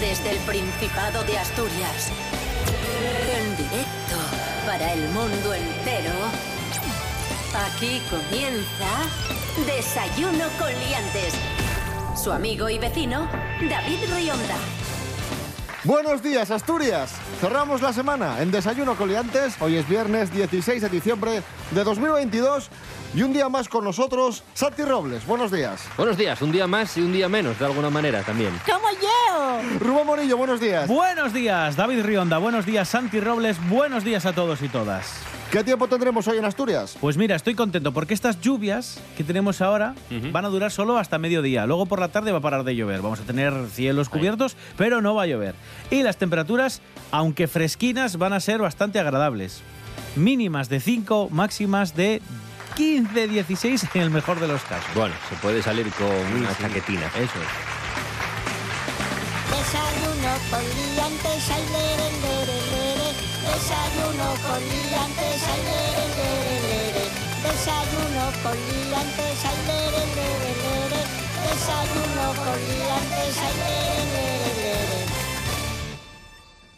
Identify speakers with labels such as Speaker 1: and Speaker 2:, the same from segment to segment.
Speaker 1: Desde el Principado de Asturias. En directo para el mundo entero. Aquí comienza Desayuno con Liantes. Su amigo y vecino, David Rionda.
Speaker 2: Buenos días, Asturias. Cerramos la semana en Desayuno Coliantes. Hoy es viernes 16 de diciembre de 2022 y un día más con nosotros, Santi Robles. Buenos días.
Speaker 3: Buenos días, un día más y un día menos, de alguna manera también.
Speaker 4: ¡Como yo!
Speaker 2: Rubén Morillo, buenos días.
Speaker 5: Buenos días, David Rionda. Buenos días, Santi Robles. Buenos días a todos y todas.
Speaker 2: ¿Qué tiempo tendremos hoy en Asturias?
Speaker 5: Pues mira, estoy contento porque estas lluvias que tenemos ahora van a durar solo hasta mediodía. Luego por la tarde va a parar de llover. Vamos a tener cielos cubiertos, pero no va a llover. Y las temperaturas, aunque fresquinas, van a ser bastante agradables. Mínimas de 5, máximas de 15, 16 en el mejor de los casos.
Speaker 3: Bueno, se puede salir con una chaquetina.
Speaker 5: Eso es.
Speaker 4: Desayuno con liantes, ay, lere, lere, lere. Desayuno con liantes, ay, lere, lere, lere. Desayuno con liantes, ay, lere, lere, lere. Desayuno con liantes, ay, lere, lere, lere.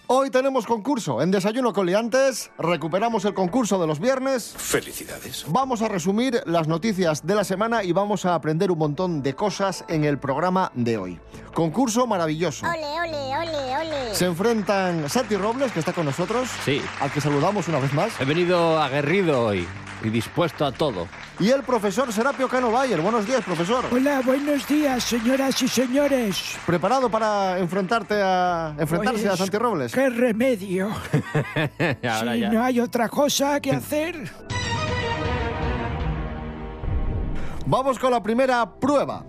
Speaker 2: Hoy tenemos concurso en Desayuno Coliantes. Recuperamos el concurso de los viernes.
Speaker 6: Felicidades.
Speaker 2: Vamos a resumir las noticias de la semana y vamos a aprender un montón de cosas en el programa de hoy. Concurso maravilloso.
Speaker 4: Ole, ole, ole, ole.
Speaker 2: Se enfrentan Santi Robles, que está con nosotros,
Speaker 3: Sí.
Speaker 2: al que saludamos una vez más,
Speaker 3: He venido aguerrido hoy y dispuesto a todo.
Speaker 2: y el profesor Serapio Cano Bayer. Buenos días, profesor.
Speaker 7: Hola, buenos días, señoras y señores.
Speaker 2: ¿Preparado para enfrentarte a enfrentarse
Speaker 7: Oye,
Speaker 2: a Santi Robles?
Speaker 7: ¡Qué remedio!
Speaker 3: Ahora
Speaker 7: si
Speaker 3: ya.
Speaker 7: no hay otra cosa que hacer.
Speaker 2: Vamos con la primera prueba.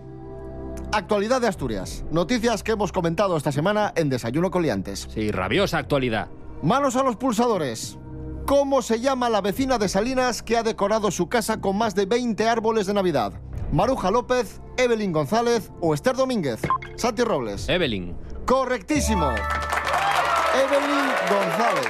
Speaker 2: Actualidad de Asturias. Noticias que hemos comentado esta semana en Desayuno Coliantes.
Speaker 3: Sí, rabiosa actualidad.
Speaker 2: Manos a los pulsadores. ¿Cómo se llama la vecina de Salinas que ha decorado su casa con más de 20 árboles de Navidad? Maruja López, Evelyn González o Esther Domínguez. Santi Robles.
Speaker 3: Evelyn.
Speaker 2: Correctísimo. Evelyn González,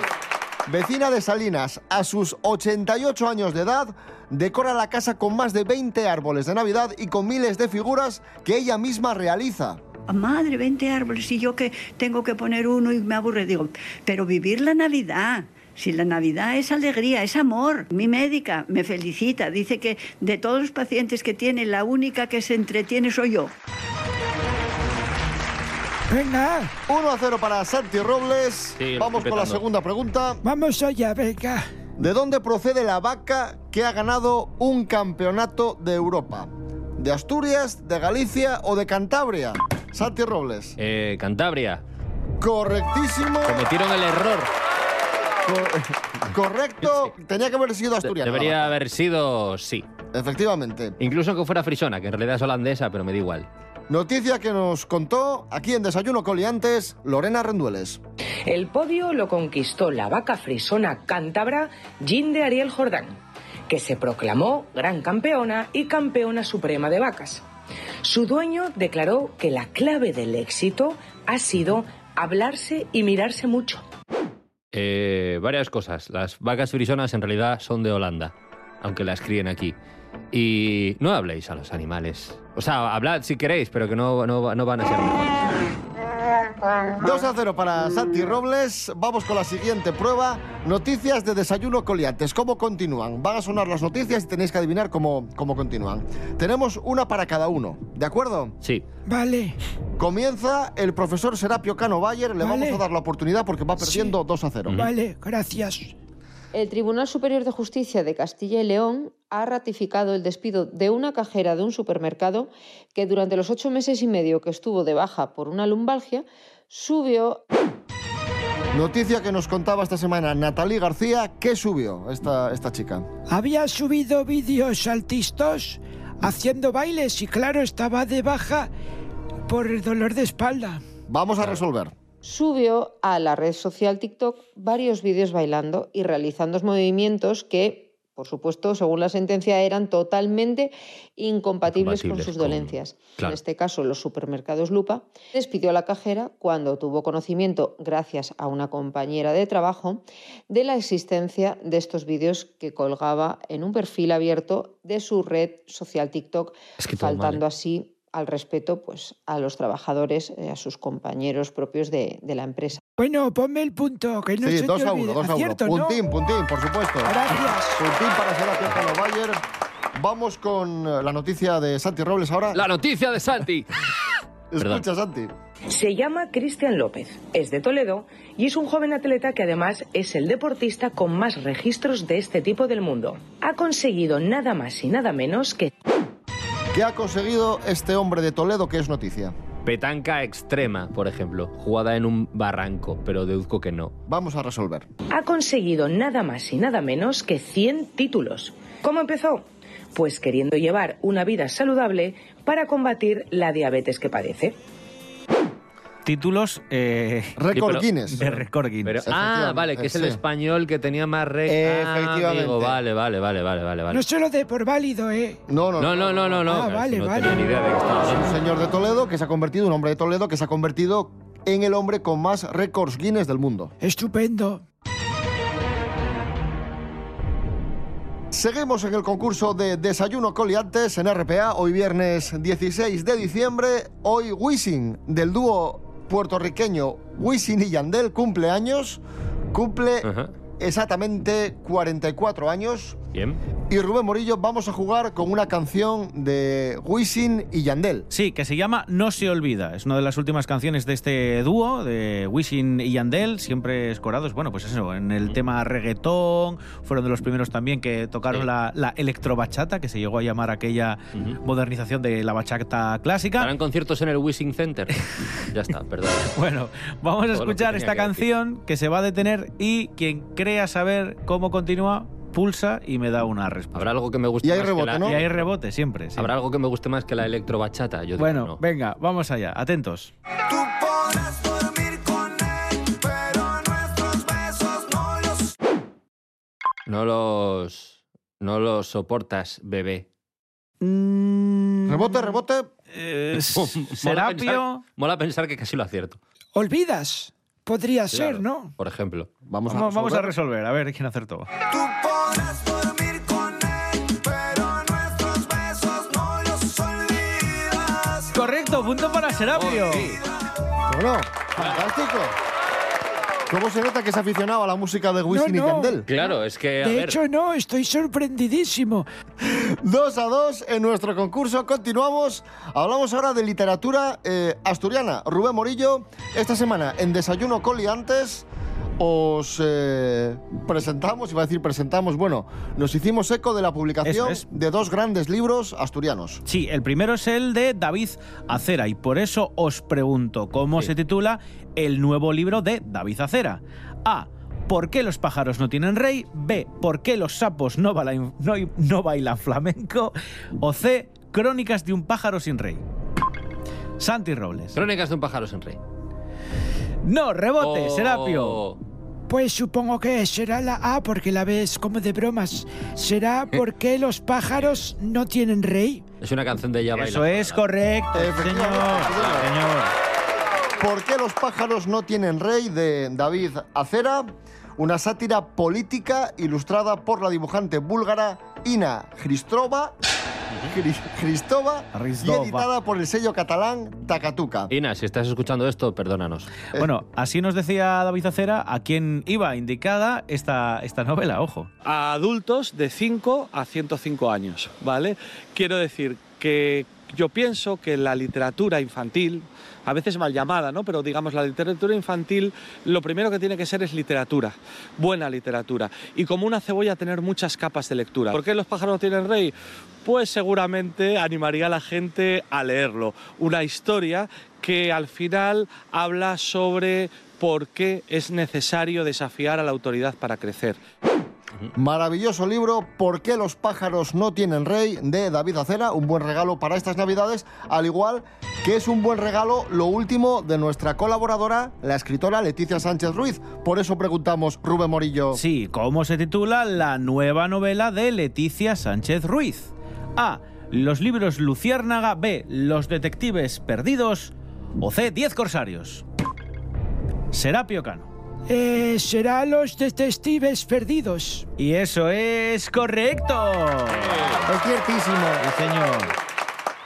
Speaker 2: vecina de Salinas, a sus 88 años de edad, decora la casa con más de 20 árboles de Navidad y con miles de figuras que ella misma realiza.
Speaker 8: "Ah, Madre, 20 árboles y yo que tengo que poner uno y me aburre. Digo, pero vivir la Navidad. Si la Navidad es alegría, es amor. Mi médica me felicita. Dice que de todos los pacientes que tiene, la única que se entretiene soy yo.
Speaker 7: Venga,
Speaker 2: 1 a 0 para Santi Robles.
Speaker 3: Sí, lo
Speaker 2: Vamos
Speaker 3: estoy
Speaker 2: con la
Speaker 3: petando.
Speaker 2: segunda pregunta.
Speaker 7: vamos allá, venga.
Speaker 2: ¿De dónde procede la vaca que ha ganado un campeonato de Europa? ¿De Asturias, de Galicia o de Cantabria? Santi Robles.
Speaker 3: Eh, Cantabria.
Speaker 2: Correctísimo.
Speaker 3: Cometieron el error.
Speaker 2: Cor- correcto. Tenía que haber sido Asturias. la
Speaker 3: Debería haber sido sí.
Speaker 2: vaca. Efectivamente.
Speaker 3: Incluso aunque fuera frisona, que en realidad es holandesa, pero me da igual.
Speaker 2: Noticia que nos contó aquí en Desayuno Coliantes Lorena Rendueles.
Speaker 9: El podio lo conquistó la vaca frisona cántabra Jean de Ariel Jordán, que se proclamó gran campeona y campeona suprema de vacas. Su dueño declaró que la clave del éxito ha sido hablarse y mirarse mucho.
Speaker 3: Eh, varias cosas. Las vacas frisonas en realidad son de Holanda, aunque las críen aquí. Y no habléis a los animales. O sea, hablad si queréis, pero que no, no, no van a ser normales.
Speaker 2: 2 a 0 para Santi Robles. Vamos con la siguiente prueba. Noticias de Desayuno Coliantes. ¿Cómo continúan? Van a sonar las noticias y tenéis que adivinar cómo, cómo continúan. Tenemos una para cada uno, ¿de acuerdo?
Speaker 3: Sí.
Speaker 7: Vale,
Speaker 2: Comienza el profesor Serapio Cano Bayer. Le
Speaker 7: Vale.
Speaker 2: vamos a dar la oportunidad porque va perdiendo 2 a 0.
Speaker 7: vale, gracias.
Speaker 10: El Tribunal Superior de Justicia de Castilla y León ha ratificado el despido de una cajera de un supermercado que durante los ocho meses y medio que estuvo de baja por una lumbalgia subió
Speaker 2: Noticia que nos contaba esta semana Natalie García. ¿Qué subió esta, esta chica?
Speaker 7: Había subido vídeos altistos haciendo bailes y claro, estaba de baja por el dolor de espalda.
Speaker 2: Vamos a resolver.
Speaker 10: subió a la red social TikTok varios vídeos bailando y realizando movimientos que, por supuesto, según la sentencia, eran totalmente incompatibles con
Speaker 3: Compatibles
Speaker 10: sus
Speaker 3: con-
Speaker 10: dolencias.
Speaker 3: claro.
Speaker 10: En este caso, los supermercados Lupa despidió a la cajera cuando tuvo conocimiento, gracias a una compañera de trabajo, de la existencia de estos vídeos que colgaba en un perfil abierto de su red social TikTok,
Speaker 3: Es que todo mal,
Speaker 10: faltando
Speaker 3: ¿eh?
Speaker 10: así al respeto pues, a los trabajadores, eh, a sus compañeros propios de, de la empresa.
Speaker 7: Bueno, ponme el punto, que no
Speaker 2: sí,
Speaker 7: se
Speaker 2: 2
Speaker 7: te
Speaker 2: a 1,
Speaker 7: olvide.
Speaker 2: 2 a 1.
Speaker 7: Acierto, ¿no?
Speaker 2: Puntín, puntín, por supuesto.
Speaker 7: Gracias.
Speaker 2: Puntín para Sebastián Cano Bayer. Vamos con eh, la noticia de Santi Robles ahora.
Speaker 3: La noticia de Santi.
Speaker 2: Escucha,
Speaker 3: Perdón.
Speaker 2: Santi.
Speaker 9: Se llama Cristian López, es de Toledo y es un joven atleta que además es el deportista con más registros de este tipo del mundo. Ha conseguido nada más y nada menos que
Speaker 2: ¿Qué ha conseguido este hombre de Toledo que es noticia?
Speaker 3: Petanca extrema, por ejemplo, jugada en un barranco, pero deduzco que no.
Speaker 2: Vamos a resolver.
Speaker 9: ha conseguido nada más y nada menos que 100 títulos. ¿Cómo empezó? Pues queriendo llevar una vida saludable para combatir la diabetes que padece.
Speaker 5: Títulos eh,
Speaker 2: Récord
Speaker 3: pero-
Speaker 2: Guinness.
Speaker 5: de récord
Speaker 3: Pero,
Speaker 5: Guinness.
Speaker 3: ah, vale, que es el
Speaker 2: sí.
Speaker 3: español que tenía más re... Ah,
Speaker 2: Efectivamente.
Speaker 3: amigo, vale, vale, vale, vale, vale, vale.
Speaker 7: No se lo dé por válido, ¿eh?
Speaker 2: No, no,
Speaker 3: No, no, no, no, no.
Speaker 7: Ah,
Speaker 3: pero
Speaker 7: vale,
Speaker 3: si no
Speaker 7: vale.
Speaker 3: tenía ni idea de que estaba hablando.
Speaker 2: Un señor de Toledo que se ha convertido, un hombre de Toledo que se ha convertido en el hombre con más récords Guinness del mundo.
Speaker 7: Estupendo.
Speaker 2: Seguimos en el concurso de Desayuno Coliantes en RPA, hoy viernes 16 de diciembre. Hoy Wisin, del dúo puertorriqueño Wisin y Yandel, cumple años. Cumple
Speaker 3: Ajá.
Speaker 2: exactamente 44 años.
Speaker 3: Bien.
Speaker 2: Y Rubén Morillo, vamos a jugar con una canción de Wisin y Yandel.
Speaker 5: Sí, que se llama No se olvida. Es una de las últimas canciones de este dúo, de Wishing y Yandel, siempre escorados, bueno, pues eso, en
Speaker 3: Mm.
Speaker 5: el tema reggaetón, fueron de los primeros también que tocaron
Speaker 3: Sí.
Speaker 5: la, la electrobachata, que se llegó a llamar aquella
Speaker 3: Ujú.
Speaker 5: modernización de la bachata clásica.
Speaker 3: ¿Harán conciertos en el Wishing Center? ya está, perdón.
Speaker 5: Bueno, vamos a
Speaker 3: Todo lo que
Speaker 5: escuchar
Speaker 3: tenía
Speaker 5: esta
Speaker 3: que decir.
Speaker 5: canción que se va a detener y quien crea saber cómo continúa, pulsa y me da una respuesta.
Speaker 3: Habrá algo que me guste
Speaker 2: Y hay
Speaker 3: más
Speaker 2: rebote,
Speaker 3: que la...
Speaker 2: ¿no?
Speaker 5: Y hay rebote siempre. sí.
Speaker 3: Habrá algo que me guste más que la electrobachata. Yo digo
Speaker 5: Bueno,
Speaker 3: no.
Speaker 5: venga, vamos allá, atentos.
Speaker 6: Tú podrás dormir con él, pero nuestros besos no los
Speaker 3: No los... No los soportas, bebé.
Speaker 2: Rebote, rebote.
Speaker 5: Eh,
Speaker 3: Mola
Speaker 5: Serapio.
Speaker 3: pensar- Mola pensar que casi lo acierto.
Speaker 7: Olvidas. Podría ser,
Speaker 3: Claro,
Speaker 7: ¿no?
Speaker 3: Por ejemplo.
Speaker 2: Vamos a
Speaker 5: Vamos, vamos a
Speaker 2: resolver.
Speaker 5: resolver, a ver quién acertó.
Speaker 6: Tú podrás dormir con él, pero nuestros besos no los olvidas.
Speaker 5: Correcto, punto para Serapio.
Speaker 2: Bueno,
Speaker 5: Ah.
Speaker 2: fantástico. ¿Cómo se nota que es aficionado a la música de Wisin
Speaker 7: no.
Speaker 2: y Yandel?
Speaker 3: Claro, es que, a
Speaker 7: De
Speaker 3: ver...
Speaker 7: hecho, no, estoy sorprendidísimo.
Speaker 2: 2 a 2 en nuestro concurso. Continuamos. Hablamos ahora de literatura eh, asturiana. Rubén Morillo, esta semana en Desayuno Coli antes os eh, presentamos, iba a decir presentamos, bueno, nos hicimos eco de la publicación
Speaker 5: Eso es.
Speaker 2: de dos grandes libros asturianos.
Speaker 5: Sí, el primero es el de David Acera y por eso os pregunto cómo se titula el nuevo libro de David Acera. A. ¿Por qué los pájaros no tienen rey? B. ¿Por qué los sapos no, bailan- no, no bailan flamenco? O C. Crónicas de un pájaro sin rey. Santi Robles.
Speaker 3: Crónicas de un pájaro sin rey.
Speaker 5: No, rebote,
Speaker 3: Oh.
Speaker 5: Serapio.
Speaker 7: Pues supongo que será la A, porque la B es como de bromas. ¿Será
Speaker 5: Eh.
Speaker 7: porque los pájaros no tienen rey?
Speaker 3: Es una canción de ella
Speaker 5: Eso es correcto,
Speaker 2: Efectivamente,
Speaker 5: señor.
Speaker 2: sí,
Speaker 5: Señor.
Speaker 2: ¿Por qué los pájaros no tienen rey? de David Acera, una sátira política ilustrada por la dibujante búlgara Ina Hristova. Cristova y
Speaker 5: Hristova.
Speaker 2: editada por el sello catalán Takatuka.
Speaker 3: Ina, si estás escuchando esto, perdónanos.
Speaker 5: Bueno, así nos decía David Acera a quién iba indicada esta, esta novela, ojo.
Speaker 11: a adultos de 5 a 105 años, ¿vale? Quiero decir que yo pienso que la literatura infantil, a veces mal llamada, ¿no? Pero digamos, la literatura infantil lo primero que tiene que ser es literatura, buena literatura. Y como una cebolla tener muchas capas de lectura. ¿Por qué los pájaros no tienen rey? Pues seguramente animaría a la gente a leerlo. Una historia que al final habla sobre por qué es necesario desafiar a la autoridad para crecer.
Speaker 2: Maravilloso libro, ¿Por qué los pájaros no tienen rey? de David Acera, un buen regalo para estas navidades, al igual que es un buen regalo lo último de nuestra colaboradora, la escritora Leticia Sánchez Ruiz. Por eso preguntamos, Rubén Morillo.
Speaker 5: Sí, ¿cómo se titula la nueva novela de Leticia Sánchez Ruiz? A. Los libros Luciérnaga, B. Los detectives perdidos o C. Diez corsarios. Serapio Cano.
Speaker 7: Eh, será los detectives perdidos.
Speaker 5: Y eso es correcto.
Speaker 2: Es ciertísimo.
Speaker 5: Sí, señor.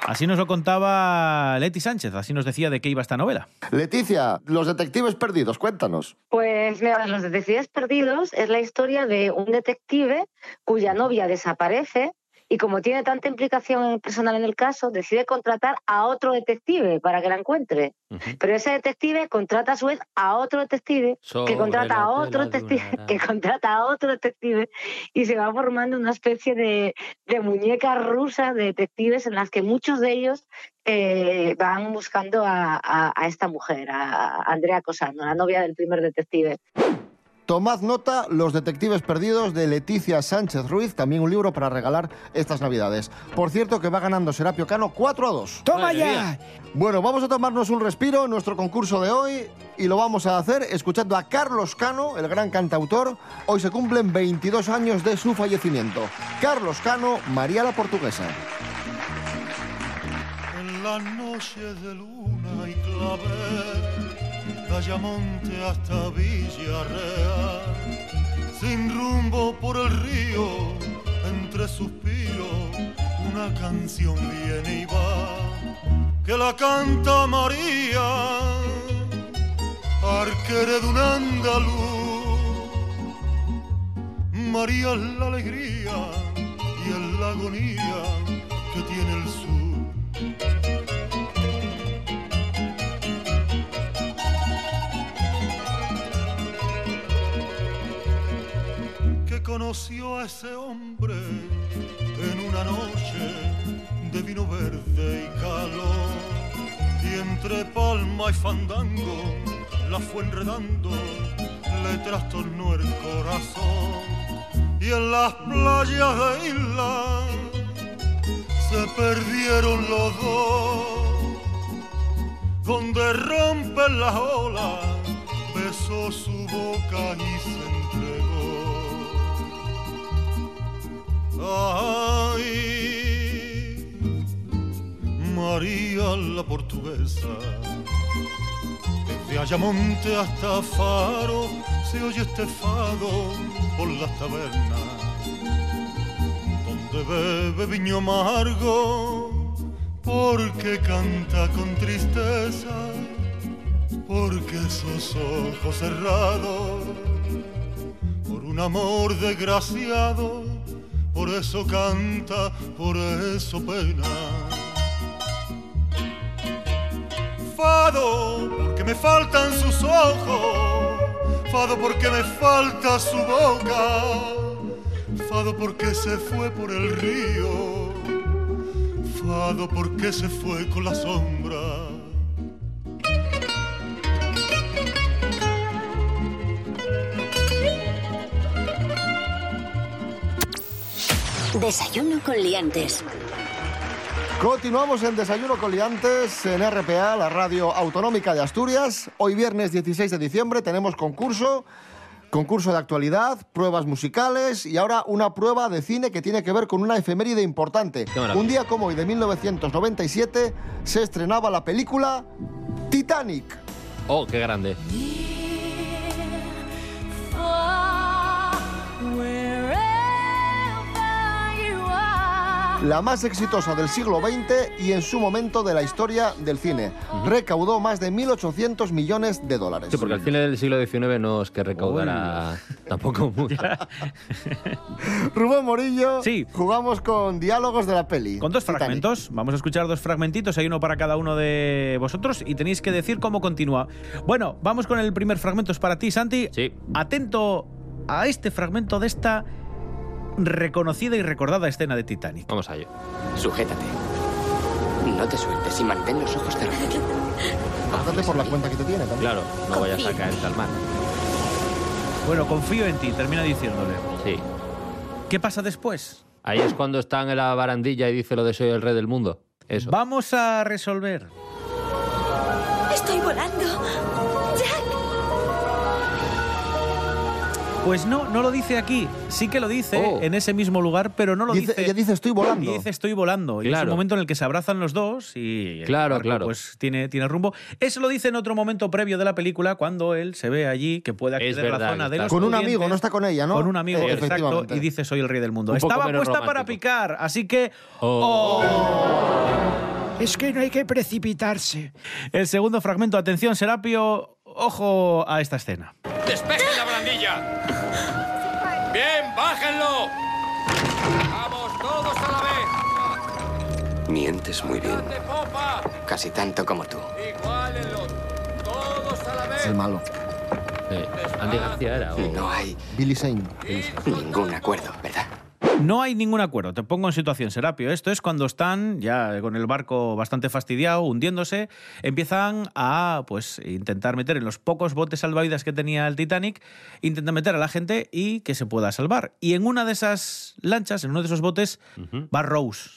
Speaker 5: Así nos lo contaba Leti Sánchez, así nos decía de qué iba esta novela.
Speaker 2: Leticia, los detectives perdidos, cuéntanos.
Speaker 12: Pues mira, Los Detectives Perdidos es la historia de un detective cuya novia desaparece y como tiene tanta implicación personal en el caso, decide contratar a otro detective para que la encuentre. Pero ese detective contrata a su vez a otro detective
Speaker 13: Sobre
Speaker 12: que contrata a
Speaker 13: la tela
Speaker 12: otro detective que contrata a otro detective y se va formando una especie de, de muñeca rusa de detectives en las que muchos de ellos eh, van buscando a, a- a esta mujer, a a Andrea Cosano, la novia del primer detective.
Speaker 2: Tomad nota, Los Detectives Perdidos de Leticia Sánchez Ruiz, también un libro para regalar estas Navidades. Por cierto, que va ganando Serapio Cano 4 a 2.
Speaker 7: ¡Toma Madre ya! mía.
Speaker 2: Bueno, vamos a tomarnos un respiro en nuestro concurso de hoy y lo vamos a hacer escuchando a Carlos Cano, el gran cantautor. Hoy se cumplen 22 años de su fallecimiento. Carlos Cano, María la Portuguesa.
Speaker 14: En la noche de luna y clavel, Dayamonte hasta Villarreal, sin rumbo por el río, entre suspiros, una canción viene y va, que la canta María, arquera de un andaluz. María es la alegría y es la agonía que tiene el sur. que conoció a ese hombre en una noche de vino verde y calor. Y entre palma y fandango la fue enredando, le trastornó el corazón. Y en las playas de isla se perdieron los dos, donde rompen las olas, besó su boca y se entregó. Ay, María la portuguesa, desde Ayamonte hasta Faro se oye este fado por las tabernas, donde bebe viño amargo, porque canta con tristeza, porque sus ojos cerrados, por un amor desgraciado, por eso canta, por eso pena. Fado, porque me faltan sus ojos. Fado, porque me falta su boca. Fado, porque se fue por el río. Fado, porque se fue con la sombra.
Speaker 1: Desayuno con liantes.
Speaker 2: Continuamos en Desayuno con Liantes en RPA, la radio autonómica de Asturias. Hoy viernes 16 de diciembre tenemos concurso, concurso de actualidad, pruebas musicales y ahora una prueba de cine que tiene que ver con una efeméride importante.
Speaker 3: maravilla.
Speaker 2: Un día como hoy de 1997 se estrenaba la película Titanic.
Speaker 3: Oh, qué grande.
Speaker 2: la más exitosa del siglo XX y en su momento de la historia del cine. Recaudó más de 1.800 millones de dólares.
Speaker 3: Sí, porque al final del siglo XIX no es que recaudara tampoco mucho.
Speaker 2: Rubén Morillo, jugamos con diálogos de la peli.
Speaker 5: Con dos fragmentos, vamos a escuchar dos fragmentitos, hay uno para cada uno de vosotros y tenéis que decir cómo continúa. Bueno, vamos con el primer fragmento, es para ti, Santi. Sí. Atento a este fragmento de esta reconocida y recordada escena de Titanic.
Speaker 3: Vamos a ello.
Speaker 15: Sujétate. No te sueltes y mantén los ojos cerrados.
Speaker 2: Aparte por la cuenta que te tiene también.
Speaker 3: Claro, no vayas a caer al mar.
Speaker 5: Bueno, confío en ti, termina diciéndole.
Speaker 3: Sí.
Speaker 5: ¿Qué pasa después?
Speaker 3: Ahí es cuando están en la barandilla y dice lo de soy el rey del mundo. Eso.
Speaker 5: Vamos a resolver.
Speaker 13: Estoy volando. Jack.
Speaker 5: Pues no, no lo dice aquí. Sí que lo dice
Speaker 3: Oh.
Speaker 5: en ese mismo lugar, pero no lo
Speaker 2: Dice-
Speaker 5: dice.
Speaker 2: ella dice, "Estoy volando".
Speaker 5: Y dice estoy volando. Y es
Speaker 3: Claro.
Speaker 5: un momento en el que se abrazan los dos y el
Speaker 3: Claro,
Speaker 5: barco,
Speaker 3: claro.
Speaker 5: pues tiene, tiene rumbo. Eso lo dice en otro momento previo de la película, cuando él se ve allí que puede acceder a
Speaker 3: verdad,
Speaker 5: la zona
Speaker 3: que
Speaker 5: de
Speaker 3: está
Speaker 5: los
Speaker 2: Con un
Speaker 5: pudientes,
Speaker 2: amigo, no está con ella, ¿no?
Speaker 5: Con un amigo,
Speaker 2: Eh,
Speaker 5: exacto.
Speaker 2: efectivamente.
Speaker 5: Y dice soy el rey del mundo.
Speaker 2: Un poco Oh.
Speaker 5: Estaba
Speaker 2: menos
Speaker 5: puesta para
Speaker 2: romántico.
Speaker 5: picar, así que.
Speaker 3: Oh.
Speaker 7: Es que no hay que precipitarse.
Speaker 5: El segundo fragmento, atención, Serapio, ojo a esta escena.
Speaker 16: ¡Despejen la barandilla! ¡Bien, bájenlo! ¡Vamos todos a la vez!
Speaker 15: Mientes muy bien.
Speaker 16: ¡De popa!
Speaker 15: Casi tanto como tú.
Speaker 16: ¡Igualenlo! ¡Todos a la vez!
Speaker 2: Es el malo.
Speaker 3: Andy García era.
Speaker 15: No hay
Speaker 2: Billy Zane.
Speaker 15: ningún acuerdo, ¿verdad?
Speaker 5: No hay ningún acuerdo. Te pongo en situación, Serapio. Esto es cuando están ya con el barco bastante fastidiado, hundiéndose, empiezan a pues intentar meter en los pocos botes salvavidas que tenía el Titanic, intentan meter a la gente y que se pueda salvar. Y en una de esas lanchas, en uno de esos botes, va Rose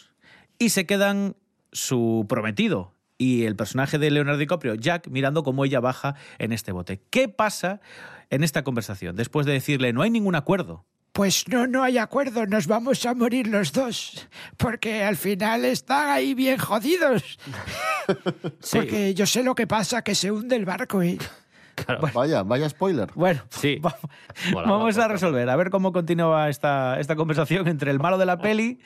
Speaker 5: y se quedan su prometido y el personaje de Leonardo DiCaprio, Jack, mirando cómo ella baja en este bote. ¿Qué pasa en esta conversación después de decirle no hay ningún acuerdo?
Speaker 7: Pues no, no hay acuerdo, nos vamos a morir los dos, porque al final están ahí bien jodidos.
Speaker 3: Sí.
Speaker 7: Porque yo sé lo que pasa, que se hunde el barco. ¿eh?
Speaker 2: Vaya, vaya spoiler.
Speaker 5: Bueno, va-
Speaker 2: Volaba
Speaker 5: vamos a resolver, a ver cómo continúa esta, esta conversación entre el malo de la peli,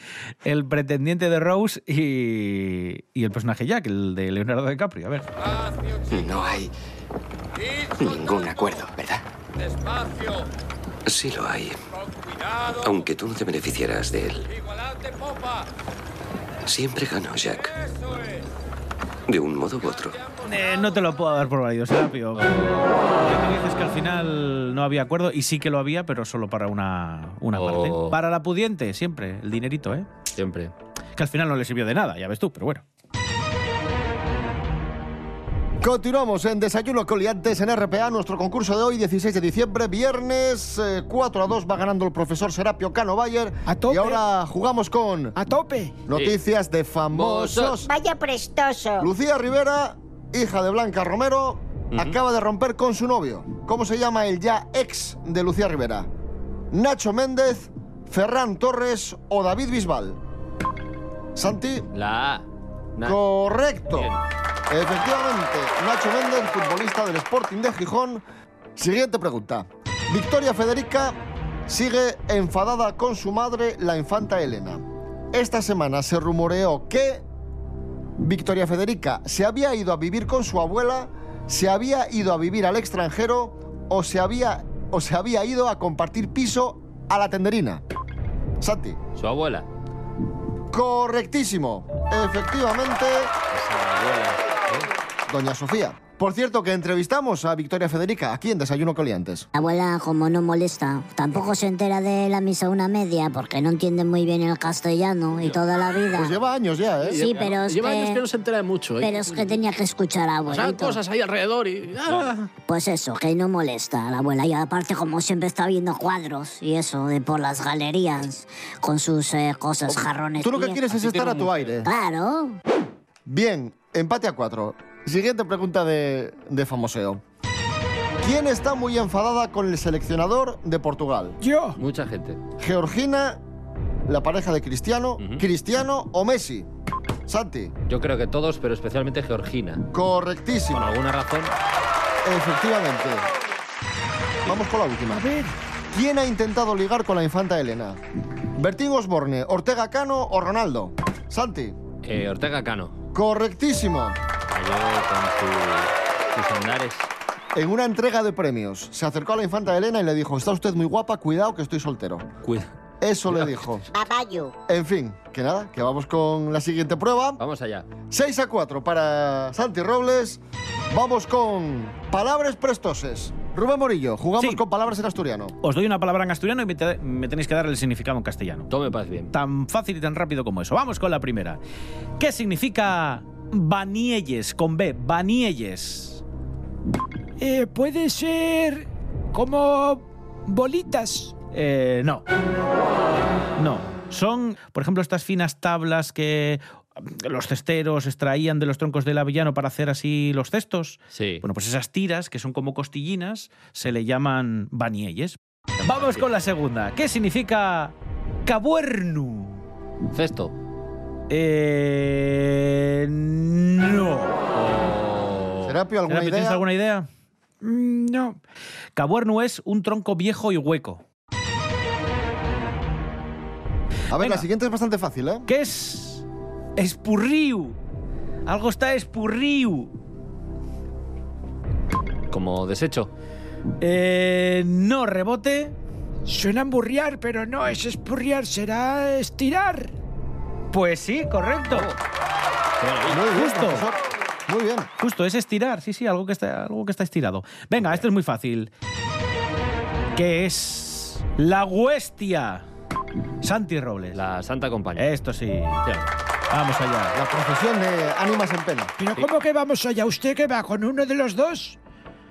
Speaker 5: el pretendiente de Rose y, y el personaje Jack, el de Leonardo DiCaprio. A ver.
Speaker 15: No hay ningún acuerdo, ¿verdad?
Speaker 16: ¡Despacio!
Speaker 15: Sí lo hay. Aunque tú no te beneficiarás de él.
Speaker 16: ¡Igualad de popa!
Speaker 15: Siempre gano, Jack. De un modo u otro.
Speaker 5: Eh, no te lo puedo dar por válido, Serapio. Ya que dices que al final no había acuerdo, y sí que lo había, pero solo para una, una parte. Para la pudiente, siempre, el dinerito, ¿eh?
Speaker 3: Siempre.
Speaker 5: Que al final no le sirvió de nada, ya ves tú, pero bueno.
Speaker 2: Continuamos en Desayuno Coliantes en RPA, nuestro concurso de hoy, 16 de diciembre, viernes, eh, 4 a 2 va ganando el profesor Serapio Cano Bayer. A tope. Y ahora jugamos con... A
Speaker 7: tope.
Speaker 2: Noticias de famosos.
Speaker 17: Vaya prestoso.
Speaker 2: Lucía Rivera, hija de Blanca Romero, acaba de romper con su novio. ¿Cómo se llama el ya ex de Lucía Rivera? Nacho Méndez, Ferran Torres o David Bisbal. Santi.
Speaker 3: La A.
Speaker 2: Correcto. Efectivamente, Nacho Méndez, futbolista del Sporting de Gijón. Siguiente pregunta. Victoria Federica sigue enfadada con su madre, la infanta Elena. Esta semana se rumoreó que Victoria Federica se había ido a vivir con su abuela, se había ido a vivir al extranjero o se había, o se había ido a compartir piso a la tenderina. Santi.
Speaker 3: Su abuela.
Speaker 2: Correctísimo. Efectivamente. Doña Sofía. Por cierto, que entrevistamos a Victoria Federica aquí en Desayuno Coliantes.
Speaker 18: La abuela, como no molesta, tampoco se entera de la misa una media porque no entiende muy bien el castellano y toda la vida.
Speaker 2: Pues lleva años ya, ¿eh?
Speaker 18: Sí, pero es
Speaker 19: Lleva
Speaker 18: que,
Speaker 19: años que no se entera de mucho. ¿eh?
Speaker 18: pero es que tenía que escuchar a
Speaker 19: Pasaban
Speaker 18: abuelito.
Speaker 19: cosas ahí alrededor y... ah.
Speaker 18: Pues eso, que no molesta a la abuela. Y aparte, como siempre está viendo cuadros y eso, de por las galerías, con sus eh, cosas, jarrones.
Speaker 2: Tú lo que
Speaker 18: viejos.
Speaker 2: quieres es estar a tu aire.
Speaker 18: Ah. Claro.
Speaker 2: Bien, empate a cuatro. Siguiente pregunta de, de famoseo. ¿Quién está muy enfadada con el seleccionador de Portugal?
Speaker 7: Yo.
Speaker 3: Mucha gente.
Speaker 2: Georgina, la pareja de Cristiano, Cristiano o Messi. Santi.
Speaker 3: Yo creo que todos, pero especialmente Georgina.
Speaker 2: Correctísimo.
Speaker 3: Por alguna razón.
Speaker 2: Efectivamente. Vamos con la última. ¿Quién ha intentado ligar con la infanta Elena? ¿Bertín Osborne, Ortega Cano o Ronaldo? Santi.
Speaker 3: Eh, Ortega Cano.
Speaker 2: Correctísimo.
Speaker 3: Cayó con su- sus andares.
Speaker 2: En una entrega de premios, se acercó a la infanta Elena y le dijo, está usted muy guapa, cuidado que estoy soltero.
Speaker 3: Cuida.
Speaker 2: Eso le dijo.
Speaker 17: Babayu.
Speaker 2: En fin, que nada, que vamos con la siguiente prueba.
Speaker 3: Vamos allá.
Speaker 2: 6 a 4 para Santi Robles. Vamos con palabras prestoses. Rubén Morillo, jugamos con palabras en asturiano.
Speaker 5: Os doy una palabra en asturiano y me, te- me tenéis que dar el significado en castellano.
Speaker 3: Tome paz bien.
Speaker 5: Tan fácil y tan rápido como eso. Vamos con la primera. ¿Qué significa Banielles con B? Banielles.
Speaker 7: Eh, puede ser como bolitas.
Speaker 5: Eh, no. No. Son, por ejemplo, estas finas tablas que mm, los cesteros extraían de los troncos del avellano para hacer así los cestos.
Speaker 3: Sí.
Speaker 5: Bueno, pues esas tiras, que son como costillinas, se le llaman banielles. Vamos con la segunda. ¿Qué significa cabuernu?
Speaker 3: Cesto.
Speaker 5: Eh, no.
Speaker 2: Serapio,
Speaker 7: ¿alguna
Speaker 5: Serapio, ¿Tienes
Speaker 7: idea?
Speaker 5: alguna idea?
Speaker 7: Mm, No.
Speaker 5: Cabuernu es un tronco viejo y hueco.
Speaker 2: A ver, la siguiente es bastante fácil, ¿eh?
Speaker 5: ¿Qué es? Espurriu. Algo está espurriu.
Speaker 3: Como desecho.
Speaker 5: Eh, no, rebote.
Speaker 7: Suena emburriar, pero no es espurriar, será estirar.
Speaker 5: Pues sí, correcto.
Speaker 3: Ah,
Speaker 5: Justo.
Speaker 2: Muy bien.
Speaker 5: Justo, es estirar, sí, sí, algo que está, algo que está estirado. Venga, esto es muy fácil. ¿Qué es la huestia? Santi Robles.
Speaker 3: La Santa Compañía.
Speaker 5: Esto sí. Vamos allá.
Speaker 2: La profesión de ánimas en pena.
Speaker 7: Pero ¿cómo que vamos allá? ¿Usted que va con uno de los dos?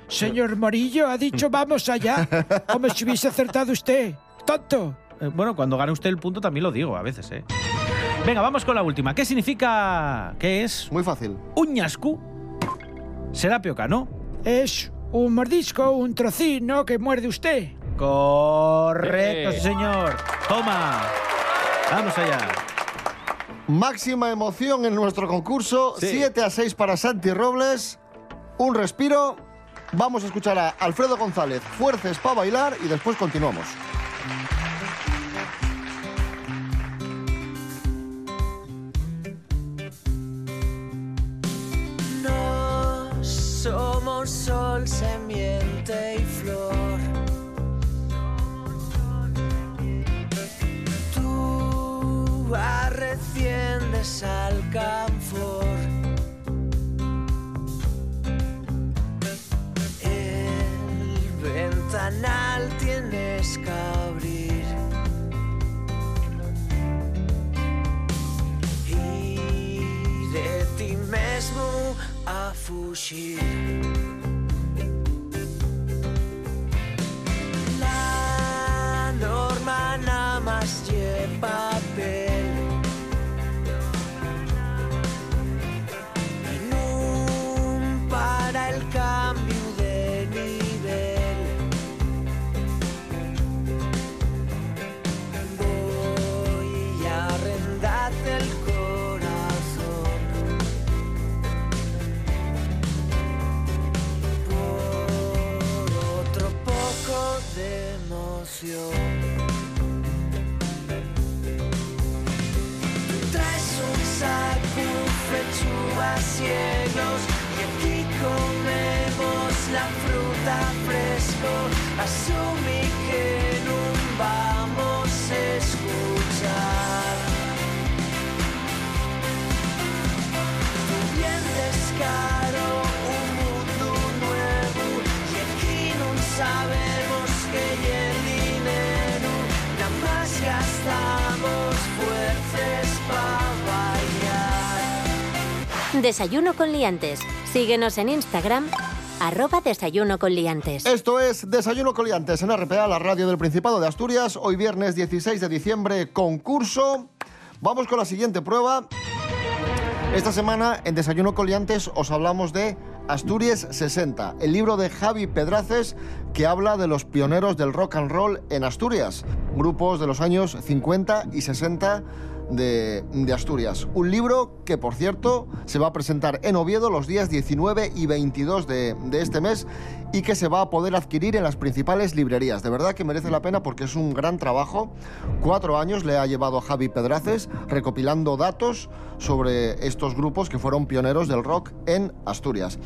Speaker 7: Señor Morillo, ha dicho vamos allá. Como si hubiese acertado usted. Tonto.
Speaker 5: Eh, Bueno, cuando gane usted el punto también lo digo, a veces, ¿eh? Venga, vamos con la última. ¿Qué significa? ¿Qué es?
Speaker 2: Muy fácil.
Speaker 5: Un ñascu. Serapio Cano.
Speaker 7: Es un mordisco, un trocino que muerde usted.
Speaker 5: Correcto,
Speaker 7: Eh.
Speaker 5: sí, señor. Toma. Vamos allá.
Speaker 2: Máxima emoción en nuestro concurso.
Speaker 5: Sí.
Speaker 2: 7 a 6 para Santi Robles. Un respiro. Vamos a escuchar a Alfredo González. Fuerces para bailar y después continuamos.
Speaker 17: No somos sol, semiente y flor. Tú arreciendes al canfor. El ventanal tienes que abrir. Y de ti mesmo a fugir. La norma nada más lleva papel. En un para el cambio de nivel. Voy a arrendarte el corazón. Por otro poco de emoción. Tú traes un saco fechuga cielos y aquí comemos la fruta fresco. Asumí que no vamos a escuchar. bien descaro un mundo nuevo y aquí no sabemos que y el dinero nada más gastamos fuertes para bailar
Speaker 1: Desayuno con liantes. Síguenos en Instagram, arroba desayuno con liantes.
Speaker 2: Esto es Desayuno Coliantes en RPA, la radio del Principado de Asturias. Hoy viernes 16 de diciembre, concurso. Vamos con la siguiente prueba. Esta semana en Desayuno Coliantes os hablamos de Asturias 60, el libro de Javi Pedraces que habla de los pioneros del rock and roll en Asturias, grupos de los años 50 y 60 de, de Asturias. Un libro que, por cierto, se va a presentar en Oviedo los días 19 y 22 de, de este mes y que se va a poder adquirir en las principales librerías. De verdad que merece la pena porque es un gran trabajo. Cuatro años le ha llevado Javi Pedraces recopilando datos sobre estos grupos que fueron pioneros del rock en Asturias.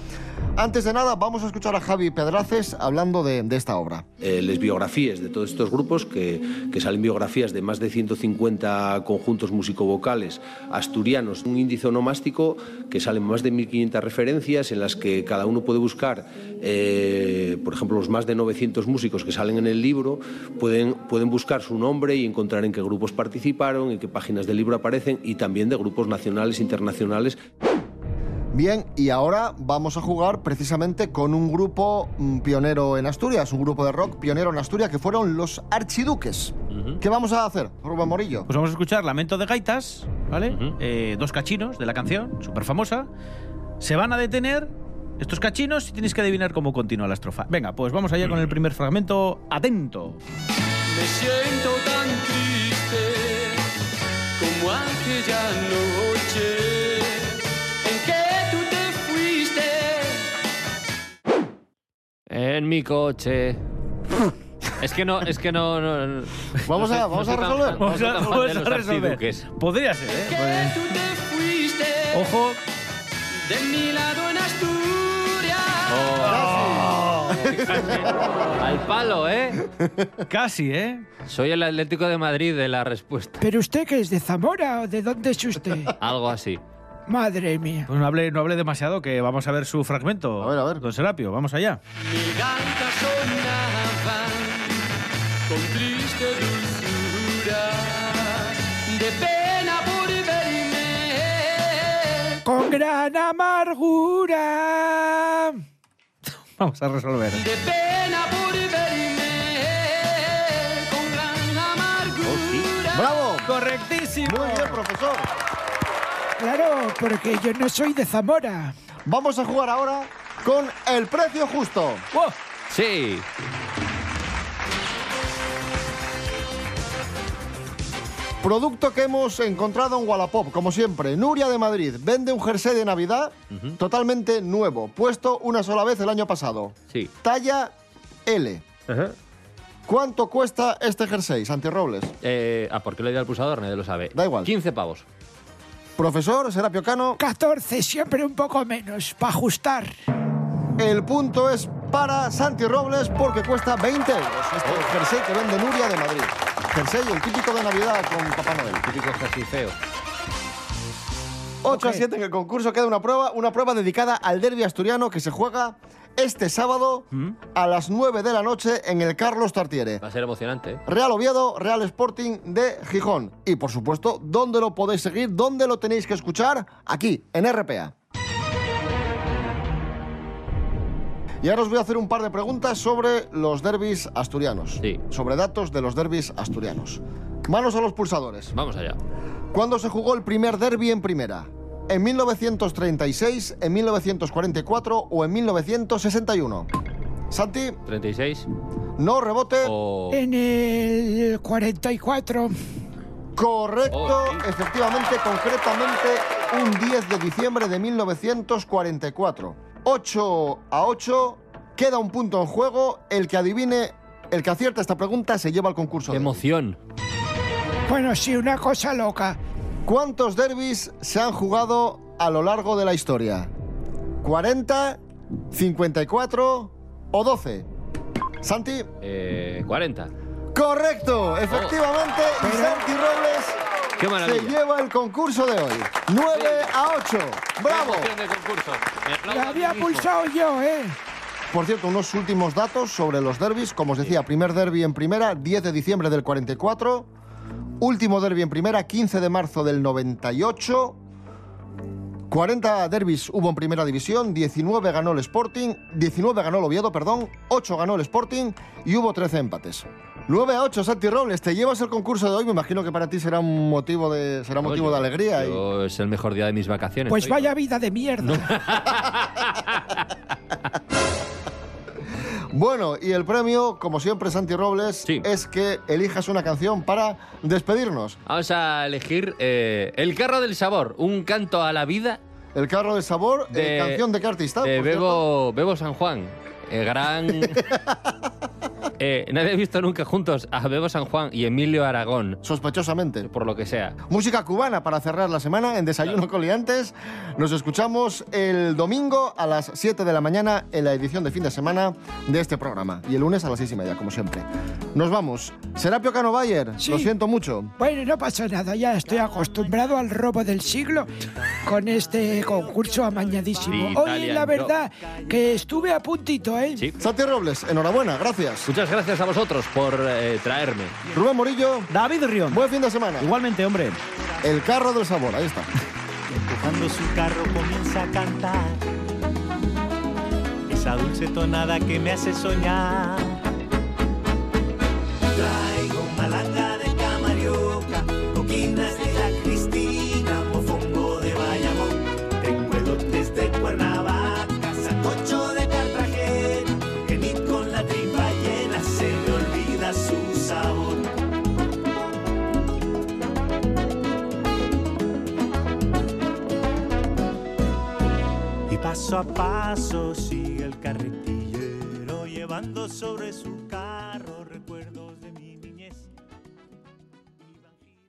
Speaker 2: Antes de nada, vamos a escuchar a Javi Pedraces hablando de, de esta obra.
Speaker 20: eh, les biografías de todos estos grupos, que, que salen biografías de más de 150 conjuntos musicovocales asturianos, un índice onomástico que salen más de 1.500 referencias en las que cada uno puede buscar, eh, por ejemplo, los más de 900 músicos que salen en el libro, pueden, pueden buscar su nombre y encontrar en qué grupos participaron, en qué páginas del libro aparecen y también de grupos nacionales, internacionales.
Speaker 2: Bien, y ahora vamos a jugar precisamente con un grupo mm, pionero en Asturias, un grupo de rock pionero en Asturias que fueron los Archiduques. ¿Qué vamos a hacer, Rubén Morillo?
Speaker 5: Pues vamos a escuchar Lamento de Gaitas, ¿vale? Eh, dos cachinos de la canción, súper famosa. Se van a detener estos cachinos y tienes que adivinar cómo continúa la estrofa. Venga, pues vamos allá con el primer fragmento. Atento.
Speaker 21: Me siento tan triste como aquella noche en que tú te fuiste.
Speaker 3: En mi coche. es que no, es que no. no- no-
Speaker 2: Vamos
Speaker 3: no
Speaker 2: a-
Speaker 3: sé-
Speaker 2: vamos
Speaker 3: no soy
Speaker 2: a
Speaker 3: tan
Speaker 2: resolver.
Speaker 3: fan- no
Speaker 5: Vamos
Speaker 3: soy
Speaker 5: a,
Speaker 3: tan fan de
Speaker 5: vamos a
Speaker 3: los
Speaker 5: resolver.
Speaker 21: Oh,
Speaker 3: archiduques.
Speaker 5: Podría ser, ¿eh?
Speaker 21: Tú te fuiste.
Speaker 5: Ojo,
Speaker 21: de mi lado en
Speaker 3: Oh. Al palo, ¿eh?
Speaker 5: Casi, ¿eh?
Speaker 3: Soy el Atlético de Madrid de la respuesta.
Speaker 7: ¿Pero usted qué es? ¿De Zamora o de dónde es usted?
Speaker 3: Algo así.
Speaker 7: Madre mía.
Speaker 5: Pues no hable, no hable demasiado, que vamos a ver su fragmento. A ver, a ver. Don Serapio, vamos allá.
Speaker 21: Garganta sonaba con triste dulzura de pena por verme.
Speaker 7: Con gran amargura.
Speaker 5: Vamos a resolver.
Speaker 21: De pena por verme con gran amargura.
Speaker 2: ¡Bravo!
Speaker 5: Correctísimo.
Speaker 2: Muy bien, profesor.
Speaker 7: Claro, porque yo no soy de Zamora.
Speaker 2: Vamos a jugar ahora con el precio justo.
Speaker 3: Sí.
Speaker 2: Producto que hemos encontrado en Wallapop, como siempre. Nuria de Madrid vende un jersey de Navidad totalmente nuevo, puesto una sola vez el año pasado.
Speaker 3: Sí.
Speaker 2: Talla L. ¿Cuánto cuesta este jersey, Santi Robles?
Speaker 3: Eh, ah, ¿por qué le di al pulsador? Nadie lo sabe.
Speaker 2: Da igual.
Speaker 3: 15 pavos.
Speaker 2: Profesor Serapio Cano,
Speaker 7: 14, siempre un poco menos, para ajustar.
Speaker 2: el punto es para Santi Robles porque cuesta 20 euros este jersey que vende Nuria de Madrid. Jersey, el típico de Navidad con Papá Noel.
Speaker 3: Típico casi feo.
Speaker 2: 8 a 7 en el concurso queda una prueba, una prueba dedicada al derbi asturiano que se juega este sábado
Speaker 7: Mm.
Speaker 2: a las 9 de la noche en el Carlos Tartiere.
Speaker 3: Va a ser emocionante, ¿eh?
Speaker 2: Real Oviedo, Real Sporting de Gijón. Y por supuesto, ¿dónde lo podéis seguir? ¿Dónde lo tenéis que escuchar? Aquí, en RPA. Y ahora os voy a hacer un par de preguntas sobre los derbis asturianos. Sobre datos de los derbis asturianos. Manos a los pulsadores.
Speaker 3: Vamos allá.
Speaker 2: ¿Cuándo se jugó el primer derby en primera? ¿En 1936, en 1944 o en 1961? Santi,
Speaker 3: 36.
Speaker 2: no rebote.
Speaker 3: O...
Speaker 7: En el 44.
Speaker 2: Correcto,
Speaker 3: Oh,
Speaker 2: efectivamente, concretamente, un 10 de diciembre de 1944. 8 a 8, queda un punto en juego. El que adivine, el que acierta esta pregunta se lleva al concurso.
Speaker 3: Qué
Speaker 2: de-
Speaker 3: emoción.
Speaker 7: Bueno, sí, una cosa loca.
Speaker 2: ¿Cuántos derbis se han jugado a lo largo de la historia? ¿40, 54 o 12? Santi,
Speaker 3: Eh, 40.
Speaker 2: correcto, efectivamente, y Santi Robles
Speaker 3: Qué
Speaker 2: se
Speaker 3: maravilla.
Speaker 2: lleva el concurso de hoy. 9 a 8, bravo.
Speaker 16: Qué emoción de concurso. Me aplaudo
Speaker 7: La
Speaker 16: a mí
Speaker 7: había
Speaker 16: mismo.
Speaker 7: pulsado yo, ¿eh?
Speaker 2: Por cierto, unos últimos datos sobre los derbis. Como os decía, primer derby en primera, 10 de diciembre del 44. Último derby en primera, 15 de marzo del 98. 40 derbis hubo en primera división, 19 ganó el Sporting, 19 ganó el Oviedo, perdón, 8 ganó el Sporting y hubo 13 empates. 9 a 8, Santi Robles, te llevas el concurso de hoy, me imagino que para ti será un motivo de, será motivo
Speaker 3: Yo-
Speaker 2: de alegría. y-
Speaker 3: yo- Es el mejor día de mis vacaciones.
Speaker 7: Pues
Speaker 3: Hoy.
Speaker 7: vaya vida de mierda.
Speaker 2: Bueno, y el premio, como siempre, Santi Robles, es que elijas una canción para despedirnos.
Speaker 3: Vamos a elegir eh, El carro del sabor, un canto a la vida
Speaker 2: El carro del sabor, eh,
Speaker 3: De-
Speaker 2: canción de qué artista.
Speaker 3: de
Speaker 2: por
Speaker 3: Eh, Bebo, Bebo San Juan. eh, gran... Eh, nadie ha visto nunca juntos a Bebo San Juan y Emilio Aragón,
Speaker 2: cierto? Sospechosamente.
Speaker 3: por lo que sea.
Speaker 2: Música cubana para cerrar la semana en Desayuno Coliantes. Nos escuchamos el domingo a las 7 de la mañana en la edición de fin de semana de este programa. Y el lunes a las 6 y media, como siempre. Nos vamos. Serapio Cano Bayer,
Speaker 7: Sí.
Speaker 2: lo siento mucho.
Speaker 7: Bueno, no pasa nada, ya estoy acostumbrado al robo del siglo con este concurso amañadísimo.
Speaker 3: Sí,
Speaker 7: Hoy,
Speaker 3: Italia,
Speaker 7: la
Speaker 3: no.
Speaker 7: verdad, que estuve a puntito, ¿eh?
Speaker 3: Sí.
Speaker 2: Santi Robles, enhorabuena, gracias.
Speaker 3: Muchas gracias a vosotros por eh, traerme.
Speaker 2: Rubén Morillo,
Speaker 5: David Rion.
Speaker 2: buen fin de semana.
Speaker 5: Igualmente, hombre.
Speaker 2: El carro del sabor, ahí está.
Speaker 4: Empujando su carro comienza a cantar Esa dulce tonada que me hace soñar
Speaker 6: Traigo una lata de camarioca, coquinas de la Cristina, mofongo de Bayamón, tengo elotes de Cuernavaca, sacocho de Cartagena, genit con la tripa llena, se me olvida su sabor.
Speaker 4: Y paso a paso sigue el carretillero llevando sobre su cara